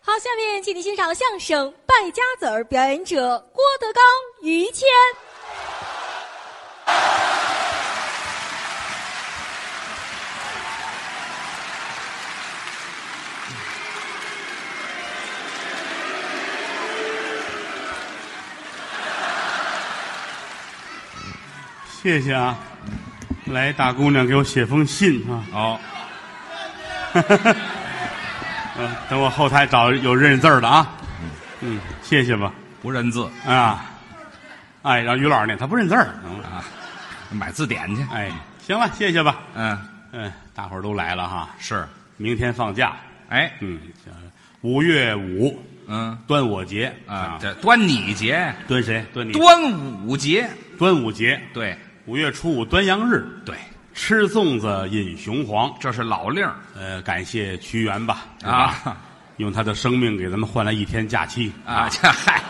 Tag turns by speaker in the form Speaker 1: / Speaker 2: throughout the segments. Speaker 1: 好，下面请您欣赏相声《败家子儿》，表演者郭德纲、于谦。
Speaker 2: 谢谢啊，来大姑娘给我写封信啊，
Speaker 3: 哦，
Speaker 2: 嗯，等我后台找有认字儿的啊，嗯，谢谢吧，
Speaker 3: 不认字
Speaker 2: 啊，哎，让于老师念，他不认字儿，嗯
Speaker 3: 啊，买字典去。
Speaker 2: 哎，行了，谢谢吧，
Speaker 3: 嗯，
Speaker 2: 嗯，大伙儿都来了哈，
Speaker 3: 是。
Speaker 2: 明天放假，
Speaker 3: 哎，
Speaker 2: 嗯，五月五
Speaker 3: 嗯
Speaker 2: 端午节
Speaker 3: 啊，这端你节，
Speaker 2: 端谁？端你
Speaker 3: 端午节，
Speaker 2: 端午节，
Speaker 3: 对
Speaker 2: 五月初五端阳日，
Speaker 3: 对，
Speaker 2: 吃粽子饮雄黄，
Speaker 3: 这是老令儿
Speaker 2: 呃，感谢屈原吧，对吧
Speaker 3: 啊
Speaker 2: 用他的生命给咱们换来一天假期，
Speaker 3: 啊，这嗨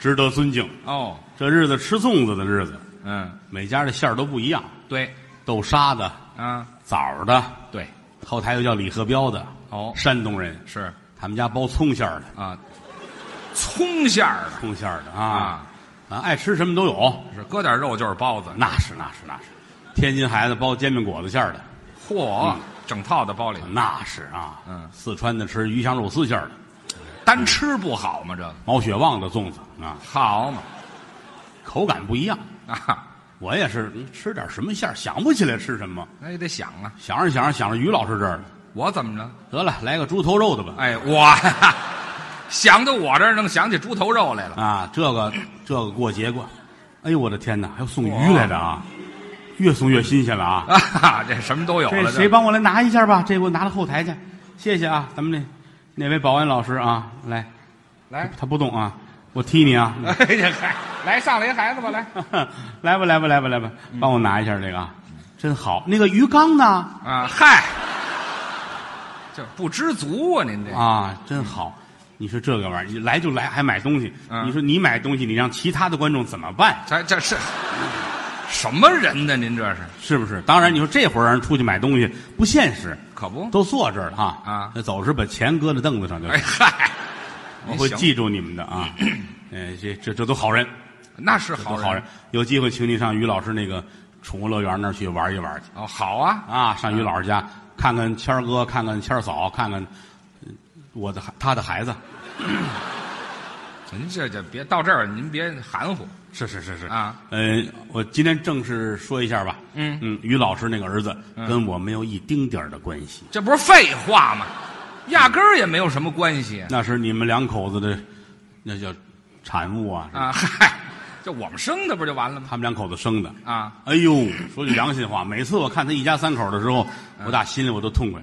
Speaker 2: 值得尊敬。
Speaker 3: 哦，
Speaker 2: 这日子吃粽子的日子，
Speaker 3: 嗯，
Speaker 2: 每家的馅儿都不一样，
Speaker 3: 对
Speaker 2: 豆沙的、
Speaker 3: 啊，
Speaker 2: 枣的，
Speaker 3: 对
Speaker 2: 后台又叫李鹤彪的，
Speaker 3: 哦
Speaker 2: 山东人，
Speaker 3: 是
Speaker 2: 他们家包葱馅儿的，
Speaker 3: 啊，葱馅儿的
Speaker 2: 葱馅儿的啊
Speaker 3: 啊，
Speaker 2: 啊，爱吃什么都有，
Speaker 3: 是搁点肉就是包子，
Speaker 2: 那是那是那是。天津孩子包煎饼果子馅儿的，
Speaker 3: 嚯，整套的包里，
Speaker 2: 那是啊，
Speaker 3: 嗯
Speaker 2: 四川的吃鱼香肉丝馅儿的，
Speaker 3: 单吃不好吗？这个
Speaker 2: 毛血旺的粽子啊，
Speaker 3: 好嘛
Speaker 2: 口感不一样。
Speaker 3: 啊，
Speaker 2: 我也是嗯吃点什么馅儿，想不起来吃什么，
Speaker 3: 那也得想啊，
Speaker 2: 想着想着想着于老师这儿了，
Speaker 3: 我怎么着？
Speaker 2: 得了，来个猪头肉的吧。
Speaker 3: 哎，我 想到我这儿能想起猪头肉来了。
Speaker 2: 啊，这个这个过节过，哎呦我的天哪，还有送鱼来的啊，越送越新鲜了啊！
Speaker 3: 啊，这什么都有
Speaker 2: 这
Speaker 3: 了。
Speaker 2: 谁帮我来拿一下吧？这给我拿到后台去，谢谢啊，咱们那那位保安老师啊，来，
Speaker 3: 来？
Speaker 2: 他不动啊，我踢你啊！
Speaker 3: 哎，这嗨，来上来一孩子吧，来
Speaker 2: 来吧，来吧，来吧，来吧，
Speaker 3: 嗯
Speaker 2: 帮我拿一下这个，啊，真好。那个鱼缸呢？
Speaker 3: 啊！嗨，这不知足啊！您这
Speaker 2: 啊，真好。你说这个玩意儿，你来就来，还买东西。
Speaker 3: 嗯
Speaker 2: 你说你买东西，你让其他的观众怎么办？
Speaker 3: 这这是什么人呢？您这是
Speaker 2: 是不是？当
Speaker 3: 嗯
Speaker 2: 然，你说这会儿让人出去买东西不现实。
Speaker 3: 可不？
Speaker 2: 都坐这儿了哈
Speaker 3: 啊
Speaker 2: 那走时把钱搁在凳子上就
Speaker 3: 哎
Speaker 2: 行，
Speaker 3: 嗨，
Speaker 2: 我会
Speaker 3: 哎您行
Speaker 2: 记住你们的 啊。呃，这这这都好人，
Speaker 3: 那是
Speaker 2: 都
Speaker 3: 好
Speaker 2: 好人。有机会请你上于老师那个宠物乐园那儿去玩一玩去
Speaker 3: 哦，好啊，
Speaker 2: 啊，上于老师家看看谦儿哥，看看谦儿嫂，看看呃我的孩他的孩子。
Speaker 3: 您这这别到这儿，您别含糊
Speaker 2: 是是是是
Speaker 3: 啊，
Speaker 2: 嗯，我今天正式说一下吧。
Speaker 3: 嗯
Speaker 2: 嗯，于老师那个儿子跟我没有一丁点儿的关系，
Speaker 3: 这不是废话吗？压根儿也没有什么关系啊
Speaker 2: 那是你们两口子的那叫产物啊，是
Speaker 3: 啊！嗨，这我们生的不就完了吗？
Speaker 2: 他们两口子生的
Speaker 3: 啊，
Speaker 2: 哎呦，说句良心话，每次我看他一家三口的时候，我打心里我都痛快，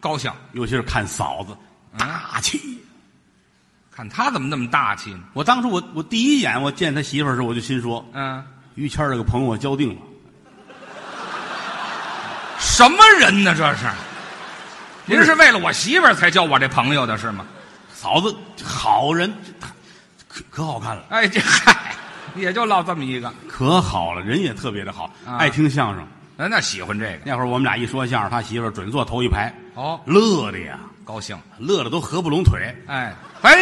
Speaker 3: 高兴，
Speaker 2: 尤其是看嫂子，大气。
Speaker 3: 看他怎么那么大气呢？
Speaker 2: 我当初我我第一眼我见他媳妇儿的时候，我就心说，
Speaker 3: 嗯。
Speaker 2: 于谦儿这个朋友我交定了。
Speaker 3: 什么人呢？这是？您是为了我媳妇儿才交我这朋友的是吗？
Speaker 2: 嫂子好人，她可可好看了，
Speaker 3: 哎，这嗨，也就落这么一个。
Speaker 2: 可好了，人也特别的好，
Speaker 3: 啊
Speaker 2: 爱听相声。
Speaker 3: 哎，那喜欢这个
Speaker 2: 那会儿我们俩一说相声，他媳妇儿准坐头一排，
Speaker 3: 哦，
Speaker 2: 乐的呀，
Speaker 3: 高兴。
Speaker 2: 乐的都合不拢腿，
Speaker 3: 哎哎，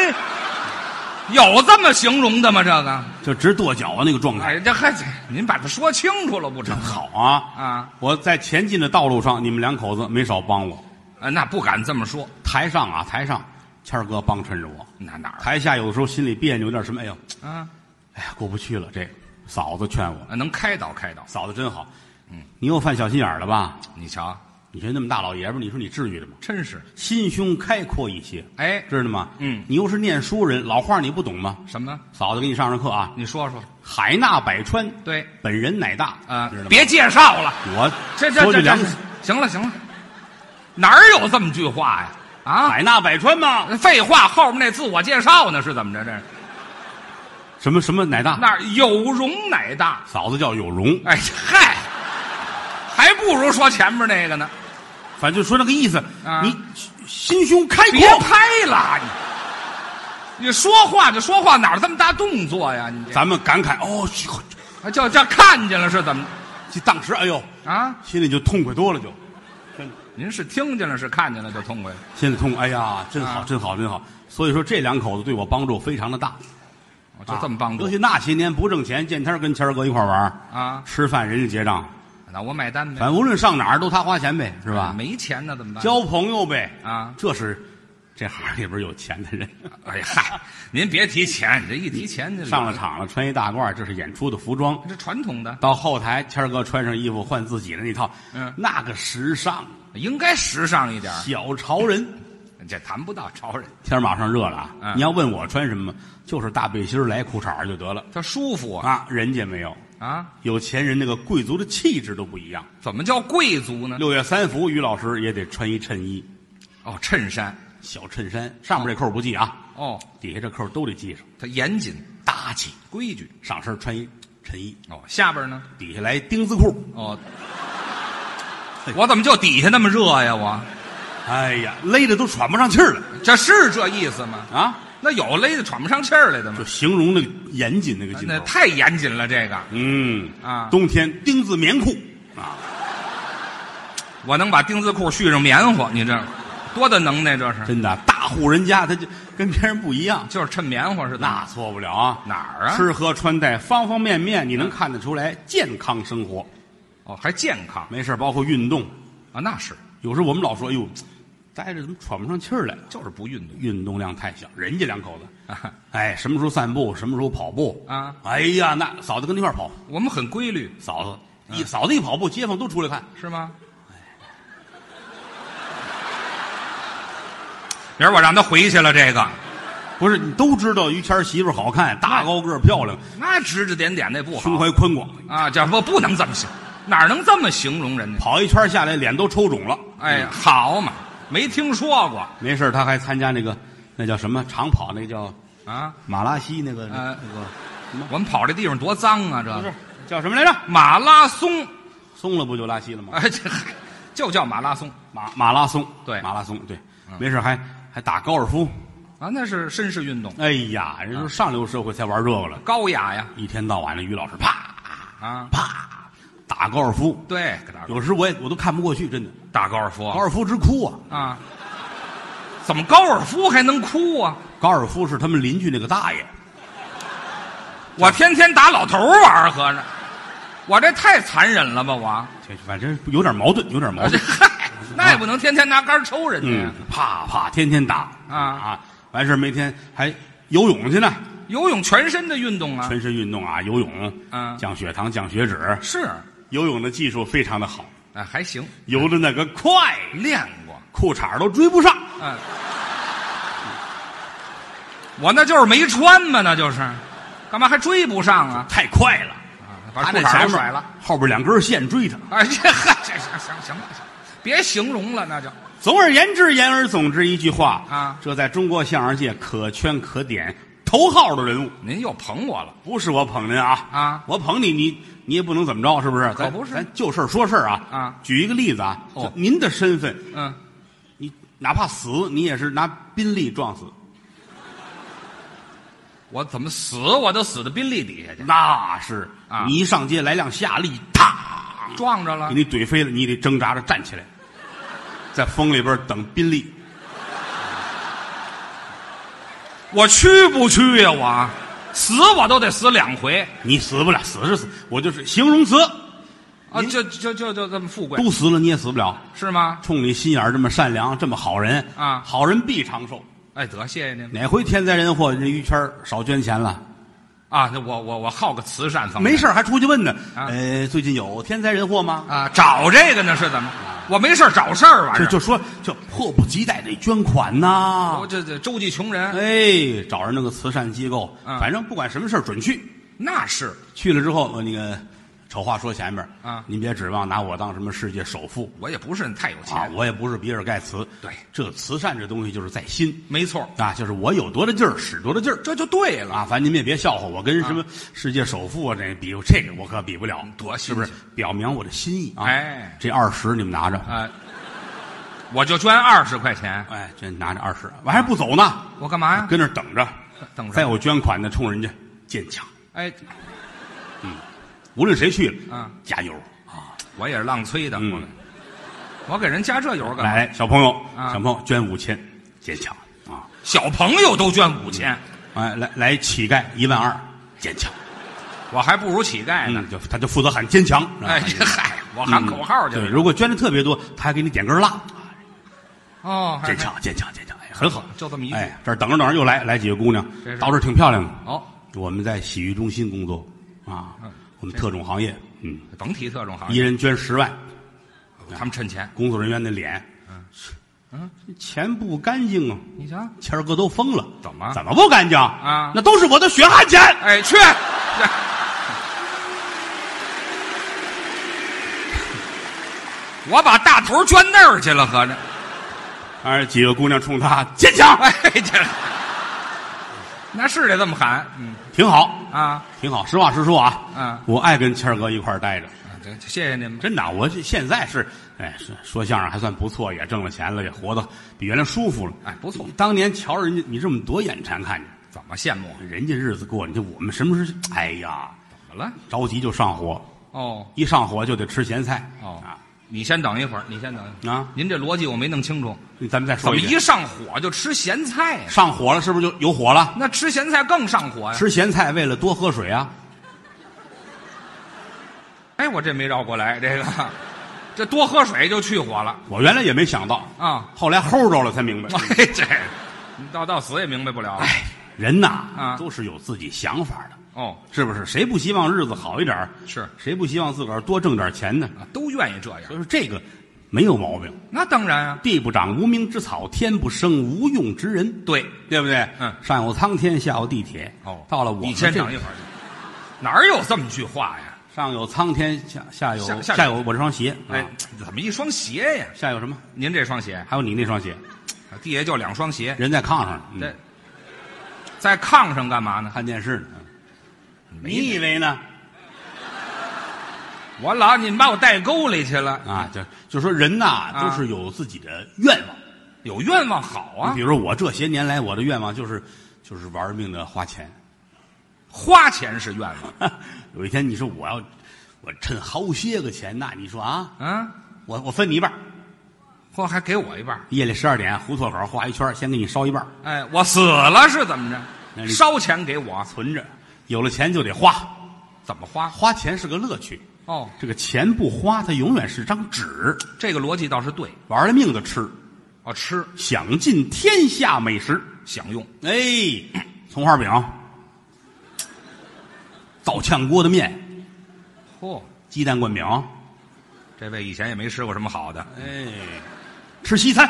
Speaker 3: 有这么形容的吗？这个？
Speaker 2: 就直跺脚啊那个状态。
Speaker 3: 哎，这还您把它说清楚了不成？
Speaker 2: 好啊
Speaker 3: 啊！
Speaker 2: 我在前进的道路上，你们两口子没少帮我。
Speaker 3: 啊，那不敢这么说。
Speaker 2: 台上啊，台上，谦儿哥帮衬着我。
Speaker 3: 那哪儿
Speaker 2: 台下有的时候心里别扭，有点什么，哎呦，
Speaker 3: 啊？
Speaker 2: 哎呀，过不去了。这嫂子劝我，
Speaker 3: 啊能开导开导。
Speaker 2: 嫂子真好。嗯，你又犯小心眼儿了吧？
Speaker 3: 你瞧，
Speaker 2: 你说那么大老爷们儿，你说你至于的吗？
Speaker 3: 真是。
Speaker 2: 心胸开阔一些，
Speaker 3: 哎，
Speaker 2: 知道吗？
Speaker 3: 嗯
Speaker 2: 你又是念书人，老话你不懂吗？
Speaker 3: 什么？
Speaker 2: 嫂子给你上上课啊，
Speaker 3: 你说说。
Speaker 2: 海纳百川，
Speaker 3: 对
Speaker 2: 本人乃大
Speaker 3: 啊
Speaker 2: 知道，吗？
Speaker 3: 别介绍了。
Speaker 2: 我
Speaker 3: 这
Speaker 2: 说
Speaker 3: 这
Speaker 2: 句
Speaker 3: 这
Speaker 2: 良
Speaker 3: 这
Speaker 2: 心，，
Speaker 3: 行了行了，哪儿有这么句话呀？啊，
Speaker 2: 海纳百川嘛，
Speaker 3: 废话，后面那自我介绍呢是怎么着？这是
Speaker 2: 什么什么乃大，
Speaker 3: 那儿有容乃大。
Speaker 2: 嫂子叫有容，
Speaker 3: 哎嗨，还不如说前面那个呢。
Speaker 2: 反正就说那个意思。
Speaker 3: 啊
Speaker 2: 你心胸开阔
Speaker 3: 别，拍了，啊你你说话就说话，哪儿这么大动作呀？你
Speaker 2: 咱们感慨哦，
Speaker 3: 这就这看见了是怎么
Speaker 2: 这当时哎呦，
Speaker 3: 啊？
Speaker 2: 心里就痛快多了就，真的
Speaker 3: 您是听见了，是看见了就痛快了。
Speaker 2: 现在痛，哎呀，真好，
Speaker 3: 啊
Speaker 2: 真好，真好。所以说这两口子对我帮助非常的大，啊
Speaker 3: 我哦就这么帮助
Speaker 2: 尤其那些年不挣钱，见天儿跟谦儿哥一块儿玩儿，
Speaker 3: 啊？
Speaker 2: 吃饭人家结账，
Speaker 3: 那我买单
Speaker 2: 反
Speaker 3: 呗，
Speaker 2: 正无论上哪儿都他花钱呗，是吧？
Speaker 3: 啊没钱呢怎么办？
Speaker 2: 交朋友呗，
Speaker 3: 啊
Speaker 2: 这是这行里边有钱的人。
Speaker 3: 哎呀，嗨，您别提钱，你这一提钱就
Speaker 2: 上了场了，穿一大褂儿，这是演出的服装。
Speaker 3: 这传统的
Speaker 2: 到后台，谦儿哥穿上衣服换自己的那套，
Speaker 3: 嗯
Speaker 2: 那个时尚
Speaker 3: 应该时尚一点儿，
Speaker 2: 小潮人。
Speaker 3: 这谈不到潮人，
Speaker 2: 天儿马上热了啊，
Speaker 3: 嗯
Speaker 2: 你要问我穿什么，就是大背心儿来裤衩儿就得了
Speaker 3: 他舒服啊
Speaker 2: 啊。人家没有，
Speaker 3: 啊！
Speaker 2: 有钱人那个贵族的气质都不一样。
Speaker 3: 怎么叫贵族呢？
Speaker 2: 六月三伏，于老师也得穿一衬衣，
Speaker 3: 哦，衬衫
Speaker 2: 小衬衫，上面这扣儿不系啊，
Speaker 3: 哦，
Speaker 2: 底下这扣儿都得系上，
Speaker 3: 它严谨
Speaker 2: 搭起
Speaker 3: 规矩
Speaker 2: 上身穿一衬衣，
Speaker 3: 哦。下边呢？
Speaker 2: 底下来丁字裤。
Speaker 3: 哦
Speaker 2: 嘿，
Speaker 3: 我怎么就底下那么热呀？我
Speaker 2: 哎呀，勒的都喘不上气儿了
Speaker 3: 这是这意思吗？
Speaker 2: 啊！
Speaker 3: 那有勒得喘不上气儿来的吗
Speaker 2: 就？形容那个严谨那个劲
Speaker 3: 那
Speaker 2: 头。
Speaker 3: 太严谨了，这个
Speaker 2: 嗯
Speaker 3: 啊
Speaker 2: 冬天丁字棉裤啊，
Speaker 3: 我能把丁字裤续上棉花，你这多大能耐？这是
Speaker 2: 真的大户人家他就跟别人不一样，
Speaker 3: 就是趁棉花似的。
Speaker 2: 那错不了啊。
Speaker 3: 哪儿啊？
Speaker 2: 吃喝穿戴方方面面，你能看得出来健康生活。
Speaker 3: 哦，还健康
Speaker 2: 没事儿，包括运动。
Speaker 3: 啊？那是
Speaker 2: 有时候我们老说，哎呦，待着怎么喘不上气儿来？
Speaker 3: 就是不运动
Speaker 2: 运动量太小。人家两口子，
Speaker 3: 啊。
Speaker 2: 哎，什么时候散步，什么时候跑步
Speaker 3: 啊？
Speaker 2: 哎呀，那嫂子跟他一块儿跑，
Speaker 3: 我们很规律
Speaker 2: 嫂子
Speaker 3: 嗯
Speaker 2: 一嫂子一跑步，街坊都出来看。
Speaker 3: 是吗？明儿我让他回去了，这个
Speaker 2: 不是，你都知道于谦儿媳妇儿好看，大高个儿漂亮，
Speaker 3: 那指指点点那不
Speaker 2: 胸
Speaker 3: 好
Speaker 2: 怀宽广，
Speaker 3: 啊！这不不能这么形，哪能这么形容人家？
Speaker 2: 跑一圈下来脸都抽肿了。嗯
Speaker 3: 哎，好嘛，没听说过
Speaker 2: 没事儿他还参加那个那叫什么长跑，那叫
Speaker 3: 啊！
Speaker 2: 马拉西那个、
Speaker 3: 呃
Speaker 2: 那个
Speaker 3: 我们跑这地方多脏啊！这
Speaker 2: 不是叫什么来着？
Speaker 3: 马拉松，
Speaker 2: 松了不就拉稀了吗？
Speaker 3: 哎，这嗨就叫马拉松
Speaker 2: 马马拉松
Speaker 3: 对嗯
Speaker 2: 马拉松对，没事儿还还打高尔夫。
Speaker 3: 啊，那是绅士运动，
Speaker 2: 哎呀，人说
Speaker 3: 嗯
Speaker 2: 上流社会才玩这个了，
Speaker 3: 高雅呀
Speaker 2: 一天到晚的于老师啪
Speaker 3: 啊！
Speaker 2: 啪打高尔夫，
Speaker 3: 对，打
Speaker 2: 有时我也我都看不过去，真的
Speaker 3: 打高尔夫
Speaker 2: 高尔夫之哭啊！
Speaker 3: 啊，怎么高尔夫还能哭啊？
Speaker 2: 高尔夫是他们邻居那个大爷。
Speaker 3: 我天天打老头玩儿，合着我这太残忍了吧？我
Speaker 2: 这反正有点矛盾，有点矛
Speaker 3: 这
Speaker 2: 盾。
Speaker 3: 嗨，
Speaker 2: 哦
Speaker 3: 那也不能天天拿杆儿抽人家
Speaker 2: 嗯
Speaker 3: 哎呀。，
Speaker 2: 啪啪，天天打
Speaker 3: 啊
Speaker 2: 啊！完事儿没天还游泳去呢，
Speaker 3: 游泳全身的运动啊，
Speaker 2: 嗯全身运动啊，游泳，
Speaker 3: 嗯
Speaker 2: 降血糖、降血脂，
Speaker 3: 是
Speaker 2: 游泳的技术非常的好，
Speaker 3: 哎还行，
Speaker 2: 游的那个快，
Speaker 3: 练过。
Speaker 2: 裤衩都追不上。
Speaker 3: 嗯，我那就是没穿嘛，那就是，干嘛还追不上啊？
Speaker 2: 太快了，
Speaker 3: 啊把
Speaker 2: 他
Speaker 3: 裤
Speaker 2: 在
Speaker 3: 衩
Speaker 2: 前面
Speaker 3: 都甩了。，
Speaker 2: 后边两根线追他。
Speaker 3: 哎这嗨，这行行行了，行了别形容了，那就
Speaker 2: 总而言之，言而总之一句话
Speaker 3: 啊
Speaker 2: 这在中国相声界可圈可点头号的人物，
Speaker 3: 您又捧我了
Speaker 2: 不是我捧您啊
Speaker 3: 啊
Speaker 2: 我捧你，你你也不能怎么着，是不是？
Speaker 3: 可
Speaker 2: 咱
Speaker 3: 不是
Speaker 2: 咱就事儿说事儿啊
Speaker 3: 啊
Speaker 2: 举一个例子啊，
Speaker 3: 哦
Speaker 2: 就您的身份，
Speaker 3: 嗯，
Speaker 2: 你哪怕死，你也是拿宾利撞死，
Speaker 3: 我怎么死我都死到宾利底下去，
Speaker 2: 那是
Speaker 3: 啊
Speaker 2: 你一上街来辆夏利，啪，
Speaker 3: 撞着了
Speaker 2: 给。你怼飞了，你得挣扎着站起来，在风里边等宾利。
Speaker 3: 我去不去呀、我死我都得死两回
Speaker 2: 你死不了，死是死，我就是形容词，
Speaker 3: 啊！就就就就这么富贵
Speaker 2: 都死了你也死不了。
Speaker 3: 是吗？
Speaker 2: 冲你心眼儿这么善良，这么好人
Speaker 3: 啊
Speaker 2: 好人必长寿。
Speaker 3: 哎，得谢谢您
Speaker 2: 哪回天灾人祸，人于谦儿少捐钱了。
Speaker 3: 啊！那我我我好个慈善方面
Speaker 2: 没事儿还出去问呢。
Speaker 3: 啊
Speaker 2: 呃，最近有天灾人祸吗？
Speaker 3: 啊，找这个呢是怎么？我没事儿找事儿玩啊意
Speaker 2: 就
Speaker 3: 儿，
Speaker 2: 啊就说就迫不及待得捐款呐
Speaker 3: 我。这这周济穷 人，
Speaker 2: 哎，找人那个慈善机构，
Speaker 3: 嗯
Speaker 2: 反正不管什么事儿准去。
Speaker 3: 那是
Speaker 2: 去了之后，呃那个丑话说前面
Speaker 3: 啊
Speaker 2: 您别指望拿我当什么世界首富
Speaker 3: 我也不是太有
Speaker 2: 啊，
Speaker 3: 钱，
Speaker 2: 我也不是比尔盖茨。
Speaker 3: 对
Speaker 2: 这慈善这东西就是在心
Speaker 3: 没错，
Speaker 2: 啊，就是我有多大劲儿使多大劲儿。
Speaker 3: 这就对了。嗯
Speaker 2: 啊，反正您也别笑话我，跟什么世界首富啊这比，这个我可比不了，
Speaker 3: 多新
Speaker 2: 是不是
Speaker 3: 鲜？
Speaker 2: 表明我的心意啊！
Speaker 3: 哎
Speaker 2: 这二十你们拿着，
Speaker 3: 啊，我就捐二十块钱，
Speaker 2: 哎，这拿着二十，我还不走呢，
Speaker 3: 我干嘛呀？
Speaker 2: 跟那儿等着，
Speaker 3: 等
Speaker 2: 再
Speaker 3: 着，
Speaker 2: 有捐款的冲人家坚强，
Speaker 3: 哎，
Speaker 2: 无论谁去了，
Speaker 3: 啊，
Speaker 2: 加油！
Speaker 3: 我也是浪催的，
Speaker 2: 嗯，
Speaker 3: 我给人加这油干嘛？
Speaker 2: 来，小朋友，
Speaker 3: 啊
Speaker 2: 小朋友捐五千，坚强啊！
Speaker 3: 小朋友都捐五千，
Speaker 2: 哎，来来，乞丐一万二，坚强。
Speaker 3: 我还不如乞丐呢。
Speaker 2: 嗯，就他就负责喊坚强。是吧
Speaker 3: 哎，这嗨， 我喊口号去
Speaker 2: 对，
Speaker 3: 了。
Speaker 2: 如果捐的特别多，他还给你点根蜡，
Speaker 3: 哦，还
Speaker 2: 坚强，坚强，坚强，哎，很好。
Speaker 3: 就这么一句
Speaker 2: 哎，这儿等着等着又来来几个姑娘
Speaker 3: 这，是
Speaker 2: 倒是挺漂亮的。
Speaker 3: 哦，
Speaker 2: 我们在洗浴中心工作啊
Speaker 3: 嗯，
Speaker 2: 我们特种行业，嗯，
Speaker 3: 甭提特种行
Speaker 2: 一
Speaker 3: 业，
Speaker 2: 人捐十万，
Speaker 3: 他们趁钱。
Speaker 2: 工作人员的脸，
Speaker 3: 嗯，
Speaker 2: 钱不干净啊，
Speaker 3: 你瞧，
Speaker 2: 谦儿哥都疯了，
Speaker 3: 怎么
Speaker 2: 怎么不干净
Speaker 3: 啊
Speaker 2: 那都是我的血汗钱。
Speaker 3: 哎，去， 我把大头捐那儿去了，合着。
Speaker 2: 哎，几个姑娘冲他坚强，
Speaker 3: 哎，这那是得这么喊，嗯
Speaker 2: 挺好，
Speaker 3: 啊，
Speaker 2: 挺好。实话实说啊，
Speaker 3: 嗯
Speaker 2: 我爱跟谦儿哥一块儿待着，
Speaker 3: 啊这这谢谢你们。
Speaker 2: 真的，我这现在是，哎，说说相声还算不错，也挣了钱了，也活得比原来舒服了。
Speaker 3: 哎，不错
Speaker 2: 你，当年瞧着人家，你这么多眼馋看着，
Speaker 3: 怎么羡慕啊？
Speaker 2: 人家日子过，你就我们什么时候？哎呀，
Speaker 3: 怎么了？
Speaker 2: 着急就上火，
Speaker 3: 哦
Speaker 2: 一上火就得吃咸菜。
Speaker 3: 哦
Speaker 2: 啊，
Speaker 3: 你先等一会儿，你先等一会儿
Speaker 2: 啊
Speaker 3: 您这逻辑我没弄清楚，
Speaker 2: 咱们再
Speaker 3: 怎
Speaker 2: 说
Speaker 3: 么
Speaker 2: 一遍
Speaker 3: 一上火就吃咸菜呀、
Speaker 2: 上火了，是不是就有火了？
Speaker 3: 那吃咸菜更上火呀、
Speaker 2: 吃咸菜为了多喝水啊，
Speaker 3: 哎，我这没绕过来，这个这多喝水就去火了
Speaker 2: 我原来也没想到，
Speaker 3: 啊！
Speaker 2: 后来齁着了才 明白。
Speaker 3: 哎，这你到到死也明白不了。
Speaker 2: 哎，人呐，
Speaker 3: 啊
Speaker 2: 都是有自己想法的，
Speaker 3: 哦，
Speaker 2: 是不是？谁不希望日子好一点儿
Speaker 3: 是
Speaker 2: 谁不希望自个儿多挣点钱呢？
Speaker 3: 啊，都愿意这样
Speaker 2: 所。以说这个没有毛病。
Speaker 3: 那当然啊，
Speaker 2: 地不长无名之草，天不生无用之人，
Speaker 3: 对。
Speaker 2: 对不对？
Speaker 3: 嗯
Speaker 2: 上有苍天，下有地铁。
Speaker 3: 哦，
Speaker 2: 到了我
Speaker 3: 你
Speaker 2: 们
Speaker 3: 先
Speaker 2: 这
Speaker 3: 等一会儿去，哪儿有这么句话呀？啊
Speaker 2: 上有苍天，下下有
Speaker 3: 下下
Speaker 2: 有我这双鞋，
Speaker 3: 哎
Speaker 2: 啊，
Speaker 3: 怎么一双鞋呀？
Speaker 2: 下有什么？
Speaker 3: 您这双鞋，
Speaker 2: 还有你那双鞋，
Speaker 3: 地下就两双鞋，
Speaker 2: 人在炕上，嗯
Speaker 3: 这在炕上干嘛呢？
Speaker 2: 看电视呢。嗯
Speaker 3: 没
Speaker 2: 你以为呢？
Speaker 3: 我老你们把我带沟里去了，
Speaker 2: 啊，就就说人呐，
Speaker 3: 啊
Speaker 2: 都是有自己的愿望。
Speaker 3: 有愿望好
Speaker 2: 你
Speaker 3: 啊
Speaker 2: 比，如说我这些年来，我的愿望就是就是玩命的花钱。
Speaker 3: 花钱是愿望，
Speaker 2: 有一天你说我要我趁好些个钱呐，你说啊，
Speaker 3: 嗯，
Speaker 2: 我我分你一半儿，
Speaker 3: 或还给我一半儿。
Speaker 2: 夜里十二点胡同口画一圈儿，先给你烧一半儿，
Speaker 3: 哎，我死了是怎么
Speaker 2: 那
Speaker 3: 着？
Speaker 2: 你
Speaker 3: 烧钱给我，
Speaker 2: 存着，有了钱就得花，
Speaker 3: 怎么花？
Speaker 2: 花钱是个乐趣。
Speaker 3: 哦，
Speaker 2: 这个钱不花，它永远是张纸，
Speaker 3: 这个逻辑倒是对。
Speaker 2: 玩了命的吃，
Speaker 3: 哦，吃
Speaker 2: 享尽天下美食。
Speaker 3: 享用，
Speaker 2: 哎，葱花饼，糟炝锅的面，
Speaker 3: 嚯、
Speaker 2: 鸡蛋灌饼，
Speaker 3: 这位以前也没吃过什么好的
Speaker 2: 哎，吃西餐。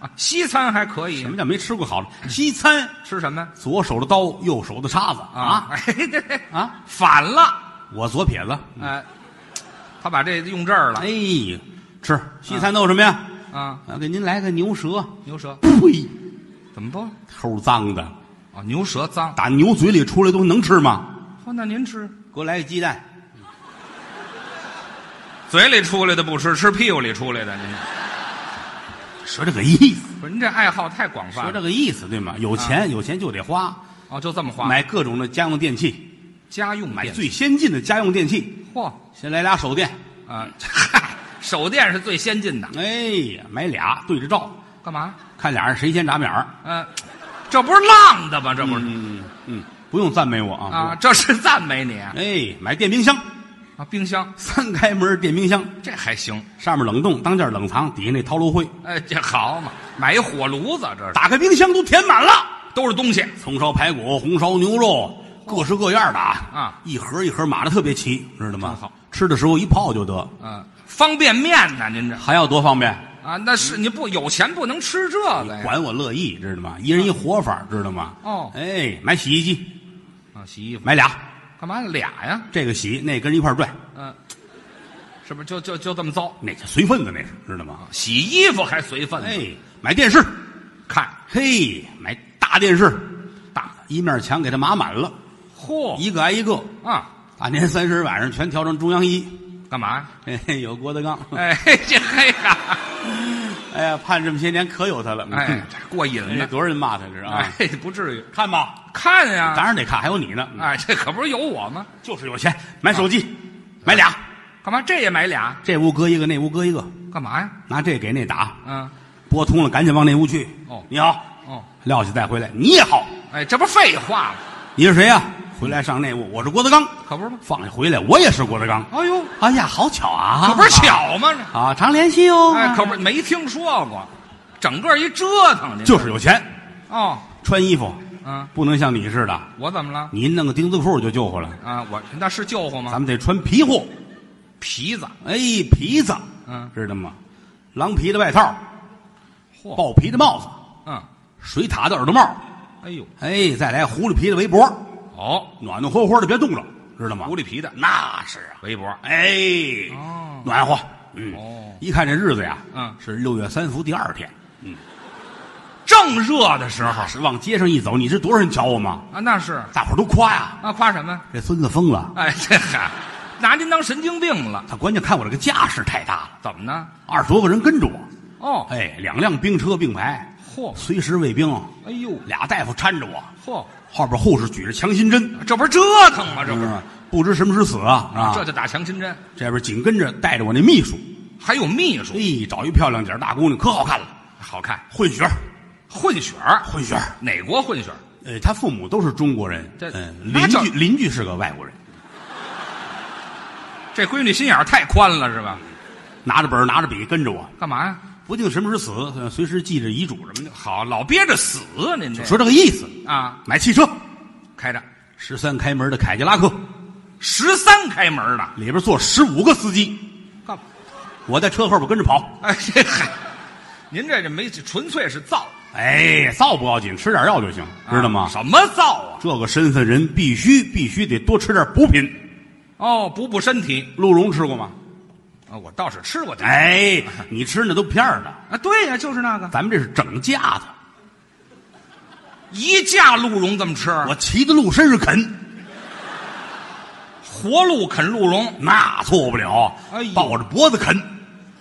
Speaker 3: 啊。西餐还可以
Speaker 2: 什，么叫没吃过好的西餐？
Speaker 3: 吃什么呀？
Speaker 2: 左手的刀，右手的叉子啊
Speaker 3: 哎，对对，
Speaker 2: 啊！
Speaker 3: 反了，
Speaker 2: 我左撇子，
Speaker 3: 哎，他把这用这儿了
Speaker 2: 哎，吃西餐都有什么呀？
Speaker 3: 啊，
Speaker 2: 啊，给您来个牛舌。
Speaker 3: 牛舌
Speaker 2: 呸，
Speaker 3: 怎么不？
Speaker 2: 齁脏的，
Speaker 3: 啊，牛舌脏，
Speaker 2: 打牛嘴里出来东西能吃吗？
Speaker 3: 哦，那您吃
Speaker 2: 给我来个鸡蛋，
Speaker 3: 嘴里出来的不吃，吃屁股里出来的，您
Speaker 2: 说这个意思，
Speaker 3: 不是您这爱好太广泛
Speaker 2: 说这
Speaker 3: 了
Speaker 2: 个意思对吗？有钱有钱就得啊花，
Speaker 3: 哦，就这么花，
Speaker 2: 买各种的家用电器，
Speaker 3: 家用
Speaker 2: 买
Speaker 3: 电
Speaker 2: 最先进的家用电器。
Speaker 3: 嚯
Speaker 2: 先来俩手电，
Speaker 3: 啊， 嗨，手电是最先进的，
Speaker 2: 哎呀，买俩对着照，
Speaker 3: 干嘛？
Speaker 2: 看俩人谁先眨眼儿。
Speaker 3: 嗯、这不是浪的吗？这不是、
Speaker 2: 嗯嗯，不用赞美我啊。
Speaker 3: 啊，这是赞美你啊，
Speaker 2: 哎，买电冰箱，
Speaker 3: 冰箱
Speaker 2: 三开门电冰箱，
Speaker 3: 这还行，
Speaker 2: 上面冷冻，当间冷藏，底下那陶炉灰。
Speaker 3: 哎，这好嘛，买一火炉子，这是
Speaker 2: 打开冰箱都填满了，
Speaker 3: 都是东西。
Speaker 2: 葱烧排骨、红烧牛肉，各式各样的啊
Speaker 3: 啊
Speaker 2: 一盒一盒码的特别齐，知道吗？
Speaker 3: 真好，
Speaker 2: 吃的时候一泡就得，
Speaker 3: 嗯，方便面呢？您这
Speaker 2: 还要多方便，
Speaker 3: 啊，那是你不有钱不能吃这个呀？
Speaker 2: 管我乐意，知道吗？一人一活法，知道吗？
Speaker 3: 哎哦
Speaker 2: 哎，买洗衣机，
Speaker 3: 啊，洗衣服
Speaker 2: 买俩，
Speaker 3: 干嘛俩呀？
Speaker 2: 这个洗，那跟人一块儿拽，
Speaker 3: 嗯、是不是就就就这么糟？
Speaker 2: 那叫随份子，那是知道吗？
Speaker 3: 洗衣服还随份子？
Speaker 2: 哎，买电视，
Speaker 3: 看，
Speaker 2: 嘿，买大电视，大的一面墙给它码满了，
Speaker 3: 嚯
Speaker 2: 一个挨一个。
Speaker 3: 啊，
Speaker 2: 大年三十晚上全调成中央一，
Speaker 3: 干嘛呀？
Speaker 2: 嘿嘿，有郭德纲。
Speaker 3: 哎， 这嘿呀、
Speaker 2: 哎呀，盼这么些年可有他了。
Speaker 3: 哎，这过瘾
Speaker 2: 人家
Speaker 3: 呢。
Speaker 2: 多少人骂他这是嗯啊？
Speaker 3: 哎，不至于，
Speaker 2: 看吧，
Speaker 3: 看
Speaker 2: 嗯
Speaker 3: 呀、
Speaker 2: 当然得看，还有你呢。
Speaker 3: 哎，这可不是有我吗？
Speaker 2: 嗯就是有钱，买手机，买俩，
Speaker 3: 干嘛这也买俩？
Speaker 2: 这屋搁一个，那屋搁一个，
Speaker 3: 干嘛呀？
Speaker 2: 拿这给那打，
Speaker 3: 嗯，
Speaker 2: 拨通了赶紧往那屋去。
Speaker 3: 哦
Speaker 2: 你好，
Speaker 3: 哦，
Speaker 2: 撂下再回来。你也好，
Speaker 3: 哎，这不废话吗？
Speaker 2: 你是谁呀、回来上那屋，我是郭德纲。
Speaker 3: 可不是吗？
Speaker 2: 放下回来，我也是郭德纲。
Speaker 3: 哎呦，
Speaker 2: 哎呀，好巧啊！
Speaker 3: 可不是巧吗？这
Speaker 2: 啊，常联系哦。
Speaker 3: 哎，可不是没听说过，整个一折腾您
Speaker 2: 就是有钱，
Speaker 3: 哦，
Speaker 2: 穿衣服
Speaker 3: 嗯，
Speaker 2: 不能像你似的，
Speaker 3: 我怎么了？
Speaker 2: 你弄个丁字裤就救活了。
Speaker 3: 啊，我那是救活吗？
Speaker 2: 咱们得穿皮货，
Speaker 3: 皮子，
Speaker 2: 哎，皮子，
Speaker 3: 嗯，
Speaker 2: 知道吗？狼皮的外套，
Speaker 3: 嚯，
Speaker 2: 豹皮的帽子，
Speaker 3: 嗯，
Speaker 2: 水獭的耳朵帽，
Speaker 3: 哎呦，
Speaker 2: 哎，再来狐狸皮的围脖，
Speaker 3: 哦，
Speaker 2: 暖暖和和的，别冻着，知道吗？
Speaker 3: 狐狸皮的
Speaker 2: 那是啊，
Speaker 3: 围脖，
Speaker 2: 哎，
Speaker 3: 哦
Speaker 2: 暖和，嗯，
Speaker 3: 哦
Speaker 2: 一看这日子呀，
Speaker 3: 嗯
Speaker 2: 是六月三伏第二天，
Speaker 3: 正热的时候
Speaker 2: 是往街上一走，你知多少人瞧我吗？
Speaker 3: 啊，那是
Speaker 2: 大伙儿都夸呀，
Speaker 3: 那夸什么呀？
Speaker 2: 这孙子疯了。
Speaker 3: 哎，这嗨，拿您当神经病了？
Speaker 2: 他关键看我这个架势太大了，
Speaker 3: 怎么呢？
Speaker 2: 二十多个人跟着我，
Speaker 3: 哦，
Speaker 2: 哎，两辆兵车并排，
Speaker 3: 嚯，
Speaker 2: 随时卫兵，
Speaker 3: 哎呦，
Speaker 2: 俩大夫搀着我，
Speaker 3: 嚯，
Speaker 2: 后边护士举着强心针，
Speaker 3: 这不是折腾吗？这不是，
Speaker 2: 嗯不知什么时死啊！啊，
Speaker 3: 这就打强心针，
Speaker 2: 这边紧跟着带着我那秘书，
Speaker 3: 还有秘书，
Speaker 2: 哎，找一漂亮点儿大姑娘，可好看了，
Speaker 3: 好看，
Speaker 2: 混血儿，
Speaker 3: 混血儿，
Speaker 2: 混血儿。
Speaker 3: 哪国混血儿？
Speaker 2: 呃，他父母都是中国人，
Speaker 3: 这
Speaker 2: 嗯，
Speaker 3: 那
Speaker 2: 邻
Speaker 3: 叫
Speaker 2: 居邻居是个外国人，
Speaker 3: 这闺女心眼儿太宽了是吧？
Speaker 2: 拿着本儿拿着笔跟着我，
Speaker 3: 干嘛呀？
Speaker 2: 不定什么时死，呃随时记着遗嘱什么的，
Speaker 3: 好，老憋着死啊您这
Speaker 2: 说这个意思。
Speaker 3: 啊，
Speaker 2: 买汽车，
Speaker 3: 开着
Speaker 2: 十三开门的凯迪拉克，
Speaker 3: 十三开门的，
Speaker 2: 里边坐十五个司机，
Speaker 3: 干嘛？
Speaker 2: 我在车后边跟着跑。
Speaker 3: 哎，这嗨，您这这没纯粹是造，
Speaker 2: 哎，造不要紧，吃点药就行，
Speaker 3: 啊
Speaker 2: 知道吗？
Speaker 3: 什么造啊？
Speaker 2: 这个身份人必须必须得多吃点补品。
Speaker 3: 哦，补补身体
Speaker 2: 鹿茸吃过吗？
Speaker 3: 啊，我倒是吃过这
Speaker 2: 哎，你吃那都片儿的，
Speaker 3: 啊，对呀、就是那个
Speaker 2: 咱们这是整架子。
Speaker 3: 一架鹿茸这么吃，
Speaker 2: 我骑在鹿身上啃，
Speaker 3: 活鹿啃鹿茸，
Speaker 2: 那错不了。
Speaker 3: 哎呦
Speaker 2: 抱着脖子啃，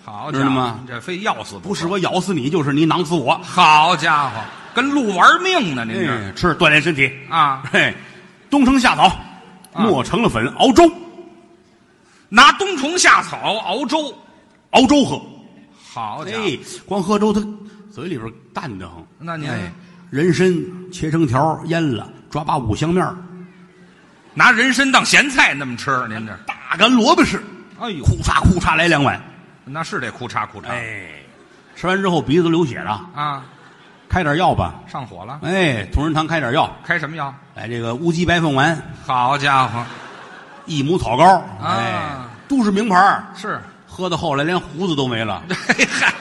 Speaker 3: 好
Speaker 2: 知
Speaker 3: 家
Speaker 2: 道
Speaker 3: 伙
Speaker 2: 吗，
Speaker 3: 这非要死不
Speaker 2: 不
Speaker 3: 可
Speaker 2: 是我咬死你，就是你囊死我。
Speaker 3: 好家伙，跟鹿玩命呢，您这、
Speaker 2: 哎，吃锻炼身体。
Speaker 3: 啊，
Speaker 2: 嘿，冬虫夏草，磨成了粉熬粥，
Speaker 3: 拿冬虫夏草熬粥，
Speaker 2: 熬粥喝。
Speaker 3: 好家伙，
Speaker 2: 哎，光喝粥，它嘴里边淡得很。
Speaker 3: 那您
Speaker 2: 哎，人参切成条腌了，抓把五香面儿
Speaker 3: 拿人参当咸菜那么吃，您这，
Speaker 2: 大干萝卜是，
Speaker 3: 哎呦，
Speaker 2: 库嚓库嚓来两碗。
Speaker 3: 那是得哭嚓哭嚓、
Speaker 2: 哎，吃完之后鼻子流血了，
Speaker 3: 啊，
Speaker 2: 开点药吧。
Speaker 3: 上火了，
Speaker 2: 哎，同仁堂开点药，
Speaker 3: 开什么药？
Speaker 2: 哎，这个乌鸡白凤丸、
Speaker 3: 好家伙，
Speaker 2: 益母草膏，
Speaker 3: 啊
Speaker 2: 哎，都是名牌儿
Speaker 3: 是，
Speaker 2: 喝到后来连胡子都没了。
Speaker 3: 嘿嗨，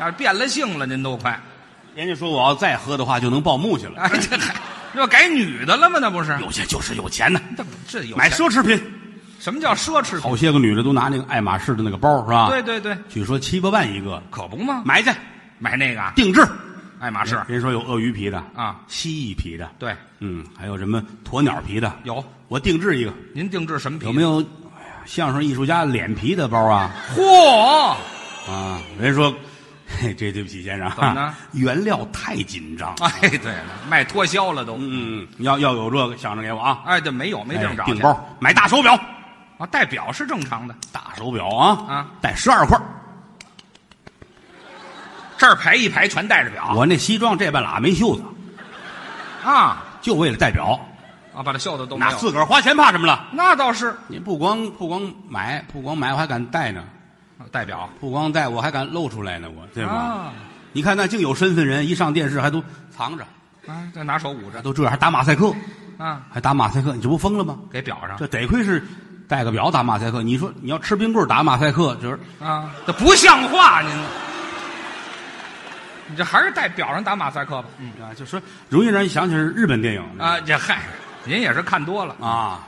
Speaker 3: 要是变了性了，您都快，
Speaker 2: 人家说我要再喝的话就能报幕去了。
Speaker 3: 哎，这还这改女的了吗？那不是，
Speaker 2: 有钱就是有钱呐，
Speaker 3: 这这啊有
Speaker 2: 买
Speaker 3: 钱
Speaker 2: 奢侈品。
Speaker 3: 什么叫奢侈品？
Speaker 2: 好些个女的都拿那个爱马仕的那个包，是吧？
Speaker 3: 对，对对，
Speaker 2: 据说七八万一个，
Speaker 3: 可不吗？
Speaker 2: 买去
Speaker 3: 买那个啊
Speaker 2: 定制。
Speaker 3: 爱马仕
Speaker 2: 人说有鳄鱼皮的
Speaker 3: 啊，
Speaker 2: 蜥蜴皮的，
Speaker 3: 对，
Speaker 2: 嗯，还有什么鸵鸟皮的，
Speaker 3: 有。
Speaker 2: 我定制一个。
Speaker 3: 您定制什么皮？
Speaker 2: 有没
Speaker 3: 有？
Speaker 2: 有哎呀相声艺术家脸皮的包啊？
Speaker 3: 嚯，
Speaker 2: 啊，人说，嘿，这对不起先生，啊
Speaker 3: 怎么呢
Speaker 2: 原料太紧张。
Speaker 3: 哎，对了，卖脱销了都。
Speaker 2: 嗯，要要有这个，想着给我啊。
Speaker 3: 哎，这没有，没
Speaker 2: 哎
Speaker 3: 挣着去。
Speaker 2: 订包，买大手表，
Speaker 3: 啊，戴表是正常的，
Speaker 2: 大手表啊，
Speaker 3: 啊，
Speaker 2: 带十二块。
Speaker 3: 这儿排一排全戴着表
Speaker 2: 我那西装这半拉没袖子，
Speaker 3: 啊
Speaker 2: 就为了戴表，
Speaker 3: 啊，把这袖子都没
Speaker 2: 那
Speaker 3: 有。
Speaker 2: 自个儿花钱怕什么了？
Speaker 3: 那倒是
Speaker 2: 哦你不光不光买，不光买，我还敢戴呢。
Speaker 3: 啊戴表
Speaker 2: 不光戴，我还敢露出来呢，我对吧？
Speaker 3: 啊
Speaker 2: 你看那净有身份人，一上电视还都藏着，
Speaker 3: 啊，这拿手捂着
Speaker 2: 都这样还打马赛克，
Speaker 3: 啊，
Speaker 2: 还打马赛克，你这不疯了吗？
Speaker 3: 给表上
Speaker 2: 这得亏是戴个表打马赛克。你说你要吃冰棍儿打马赛克，就是
Speaker 3: 啊，这不像话，您。你这还是戴表上打马赛克吧？嗯
Speaker 2: 啊，就说容易让人想起是日本电影
Speaker 3: 啊，这嗨，您也是看多了。
Speaker 2: 啊。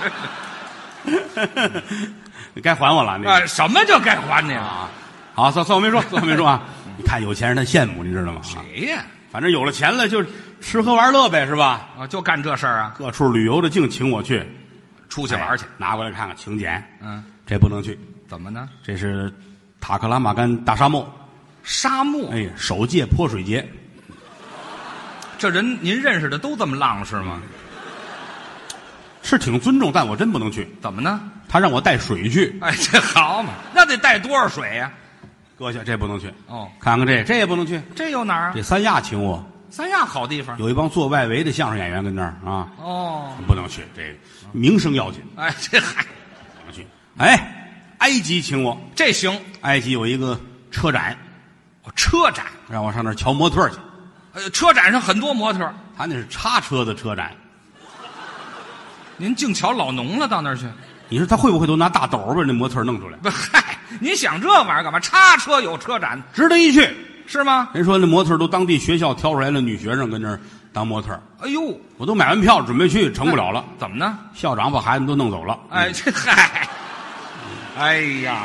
Speaker 2: 你该还我了，那
Speaker 3: 啊
Speaker 2: 个，
Speaker 3: 什么叫该还你了？
Speaker 2: 啊，好，算算我没说，算我没说啊。你看有钱人他羡慕，你知道吗？啊
Speaker 3: 谁呀？
Speaker 2: 反正有了钱了，就是吃喝玩乐呗，是吧？
Speaker 3: 啊，就干这事儿啊，
Speaker 2: 各处旅游的净请我去，
Speaker 3: 出
Speaker 2: 出
Speaker 3: 去玩儿去。，
Speaker 2: 拿过来看看请柬，
Speaker 3: 嗯，
Speaker 2: 这不能去，
Speaker 3: 怎么呢？
Speaker 2: 这是塔克拉玛干大沙漠，
Speaker 3: 沙漠，
Speaker 2: 哎，首届泼水节，
Speaker 3: 嗯这人您认识的都这么浪是吗？
Speaker 2: 是挺尊重，但我真不能去。
Speaker 3: 怎么呢？
Speaker 2: 他让我带水去，
Speaker 3: 哎，这好嘛，那得带多少水呀、
Speaker 2: 搁下这不能去，
Speaker 3: 哦，
Speaker 2: 看看这这也不能去。
Speaker 3: 这有哪儿啊
Speaker 2: 这？三亚请我，
Speaker 3: 三亚好地方。
Speaker 2: 有一帮做外围的相声演员跟那儿啊，
Speaker 3: 哦，
Speaker 2: 不能去，这个名声要紧，
Speaker 3: 哎，这嗨，
Speaker 2: 不能去。哎，埃及请我，
Speaker 3: 这行，
Speaker 2: 埃及有一个车展，
Speaker 3: 哦车展，
Speaker 2: 让我上那儿瞧模特儿去。
Speaker 3: 呃，车展上很多模特儿，
Speaker 2: 他那是叉车的车展，
Speaker 3: 您净瞧老农了，到那儿去？
Speaker 2: 你说他会不会都拿大斗儿把那模特儿弄出来？
Speaker 3: 不，嗨，您想这玩意儿干嘛？叉车有车展
Speaker 2: 值得一去。
Speaker 3: 是吗？
Speaker 2: 人说那模特儿都当地学校挑出来了女学生跟那儿当模特儿，
Speaker 3: 哎呦，
Speaker 2: 我都买完票准备去，成不了了。
Speaker 3: 怎么呢？
Speaker 2: 校长把孩子们都弄走了。嗯
Speaker 3: 哎，这嗨，哎呀，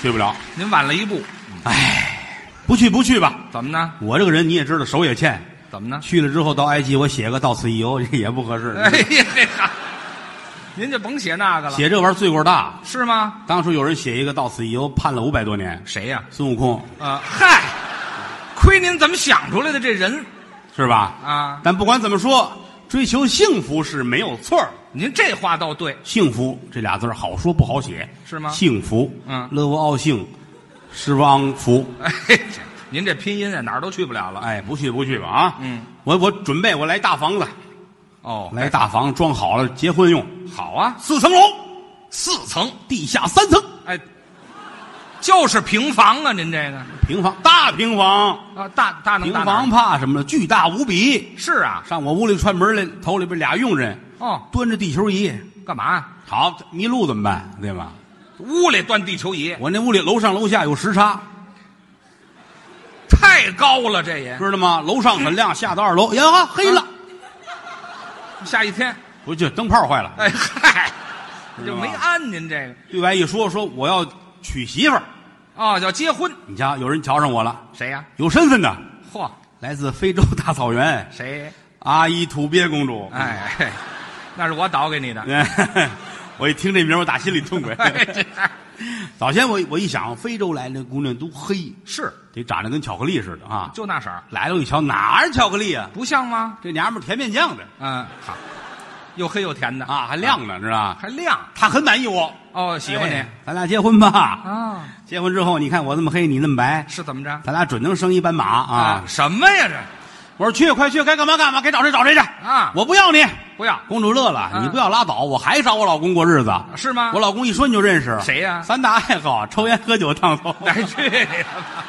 Speaker 2: 去不了，
Speaker 3: 您晚了一步，
Speaker 2: 不去不去吧。
Speaker 3: 怎么呢？
Speaker 2: 我这个人你也知道，手也欠。
Speaker 3: 怎么呢？
Speaker 2: 去了之后到埃及，我写个到此一游 这也不合适。
Speaker 3: 哎呀，这嗨，您就甭写那个了，
Speaker 2: 写这玩意儿罪过大。
Speaker 3: 是吗？
Speaker 2: 当初有人写一个到此一游，判了五百多年。
Speaker 3: 谁呀、
Speaker 2: 孙悟空
Speaker 3: 啊，嗨，亏您怎么想出来的这人
Speaker 2: 是吧？
Speaker 3: 啊？
Speaker 2: 但不管怎么说，追求幸福是没有错儿。
Speaker 3: 您这话倒对，
Speaker 2: 幸福这俩字儿好说不好写，
Speaker 3: 是吗
Speaker 2: 幸福，
Speaker 3: 嗯
Speaker 2: 乐无傲幸，失汪福。
Speaker 3: 哎，这您这拼音啊哪儿都去不了了。
Speaker 2: 哎，不去不去吧啊！
Speaker 3: 嗯，
Speaker 2: 我我准备我来大房子，
Speaker 3: 哦，
Speaker 2: 来大房装好了结婚用，
Speaker 3: 好啊，
Speaker 2: 四层楼，
Speaker 3: 四层，
Speaker 2: 地下三层，
Speaker 3: 哎，就是平房啊，您这个
Speaker 2: 平房大平房，
Speaker 3: 啊，大大能
Speaker 2: 平
Speaker 3: 大哪儿
Speaker 2: 房怕什么呢？巨大无比。
Speaker 3: 是啊，
Speaker 2: 上我屋里串门来，头里边俩佣人
Speaker 3: 哦，
Speaker 2: 端着地球仪，
Speaker 3: 干嘛？
Speaker 2: 好迷路怎么办？对吧？
Speaker 3: 屋里断地球仪
Speaker 2: 我那屋里楼上楼下有时差，
Speaker 3: 太高了，这也
Speaker 2: 知道吗？楼上很亮，下到二楼，呀，黑了，
Speaker 3: 下一天，
Speaker 2: 不就灯泡坏了。
Speaker 3: 哎嗨，
Speaker 2: 是
Speaker 3: 就
Speaker 2: 吧
Speaker 3: 没安您这个
Speaker 2: 对外一说，说我要娶媳妇儿，
Speaker 3: 哦，叫结婚，
Speaker 2: 你瞧，有人瞧上我了，
Speaker 3: 谁呀、
Speaker 2: 有身份的，
Speaker 3: 嚯，
Speaker 2: 来自非洲大草原，
Speaker 3: 谁？
Speaker 2: 阿依土鳖公主。
Speaker 3: 哎，嘿那是我倒给你的。
Speaker 2: 哎， 我一听这名儿，我打心里痛快。
Speaker 3: 哎这
Speaker 2: 早先我我一想，非洲来那姑娘都黑，
Speaker 3: 是，
Speaker 2: 得长得跟巧克力似的啊。
Speaker 3: 就那色儿，
Speaker 2: 来了我一瞧，哪儿巧克力啊？
Speaker 3: 不像吗？
Speaker 2: 这娘们儿甜面酱的
Speaker 3: 嗯，好，又黑又甜的
Speaker 2: 啊，还亮呢，知道吧？
Speaker 3: 还亮
Speaker 2: 她很满意我，
Speaker 3: 哦，喜欢你
Speaker 2: 哎咱俩结婚吧。
Speaker 3: 啊？
Speaker 2: 结婚之后，你看我这么黑，你那么白，
Speaker 3: 是怎么着
Speaker 2: 咱俩准能生一斑马啊！
Speaker 3: 什么呀这？
Speaker 2: 我说去，快去，该干嘛干嘛，该找谁找谁去
Speaker 3: 啊
Speaker 2: 我不要你，
Speaker 3: 不要
Speaker 2: 公主乐了，
Speaker 3: 啊
Speaker 2: 你不要拉倒，我还找我老公过日子，
Speaker 3: 是吗
Speaker 2: 我老公一说你就认识
Speaker 3: 谁呀啊 哎
Speaker 2: 三大爱好：抽烟、喝酒、烫头。
Speaker 3: 来去你的吧！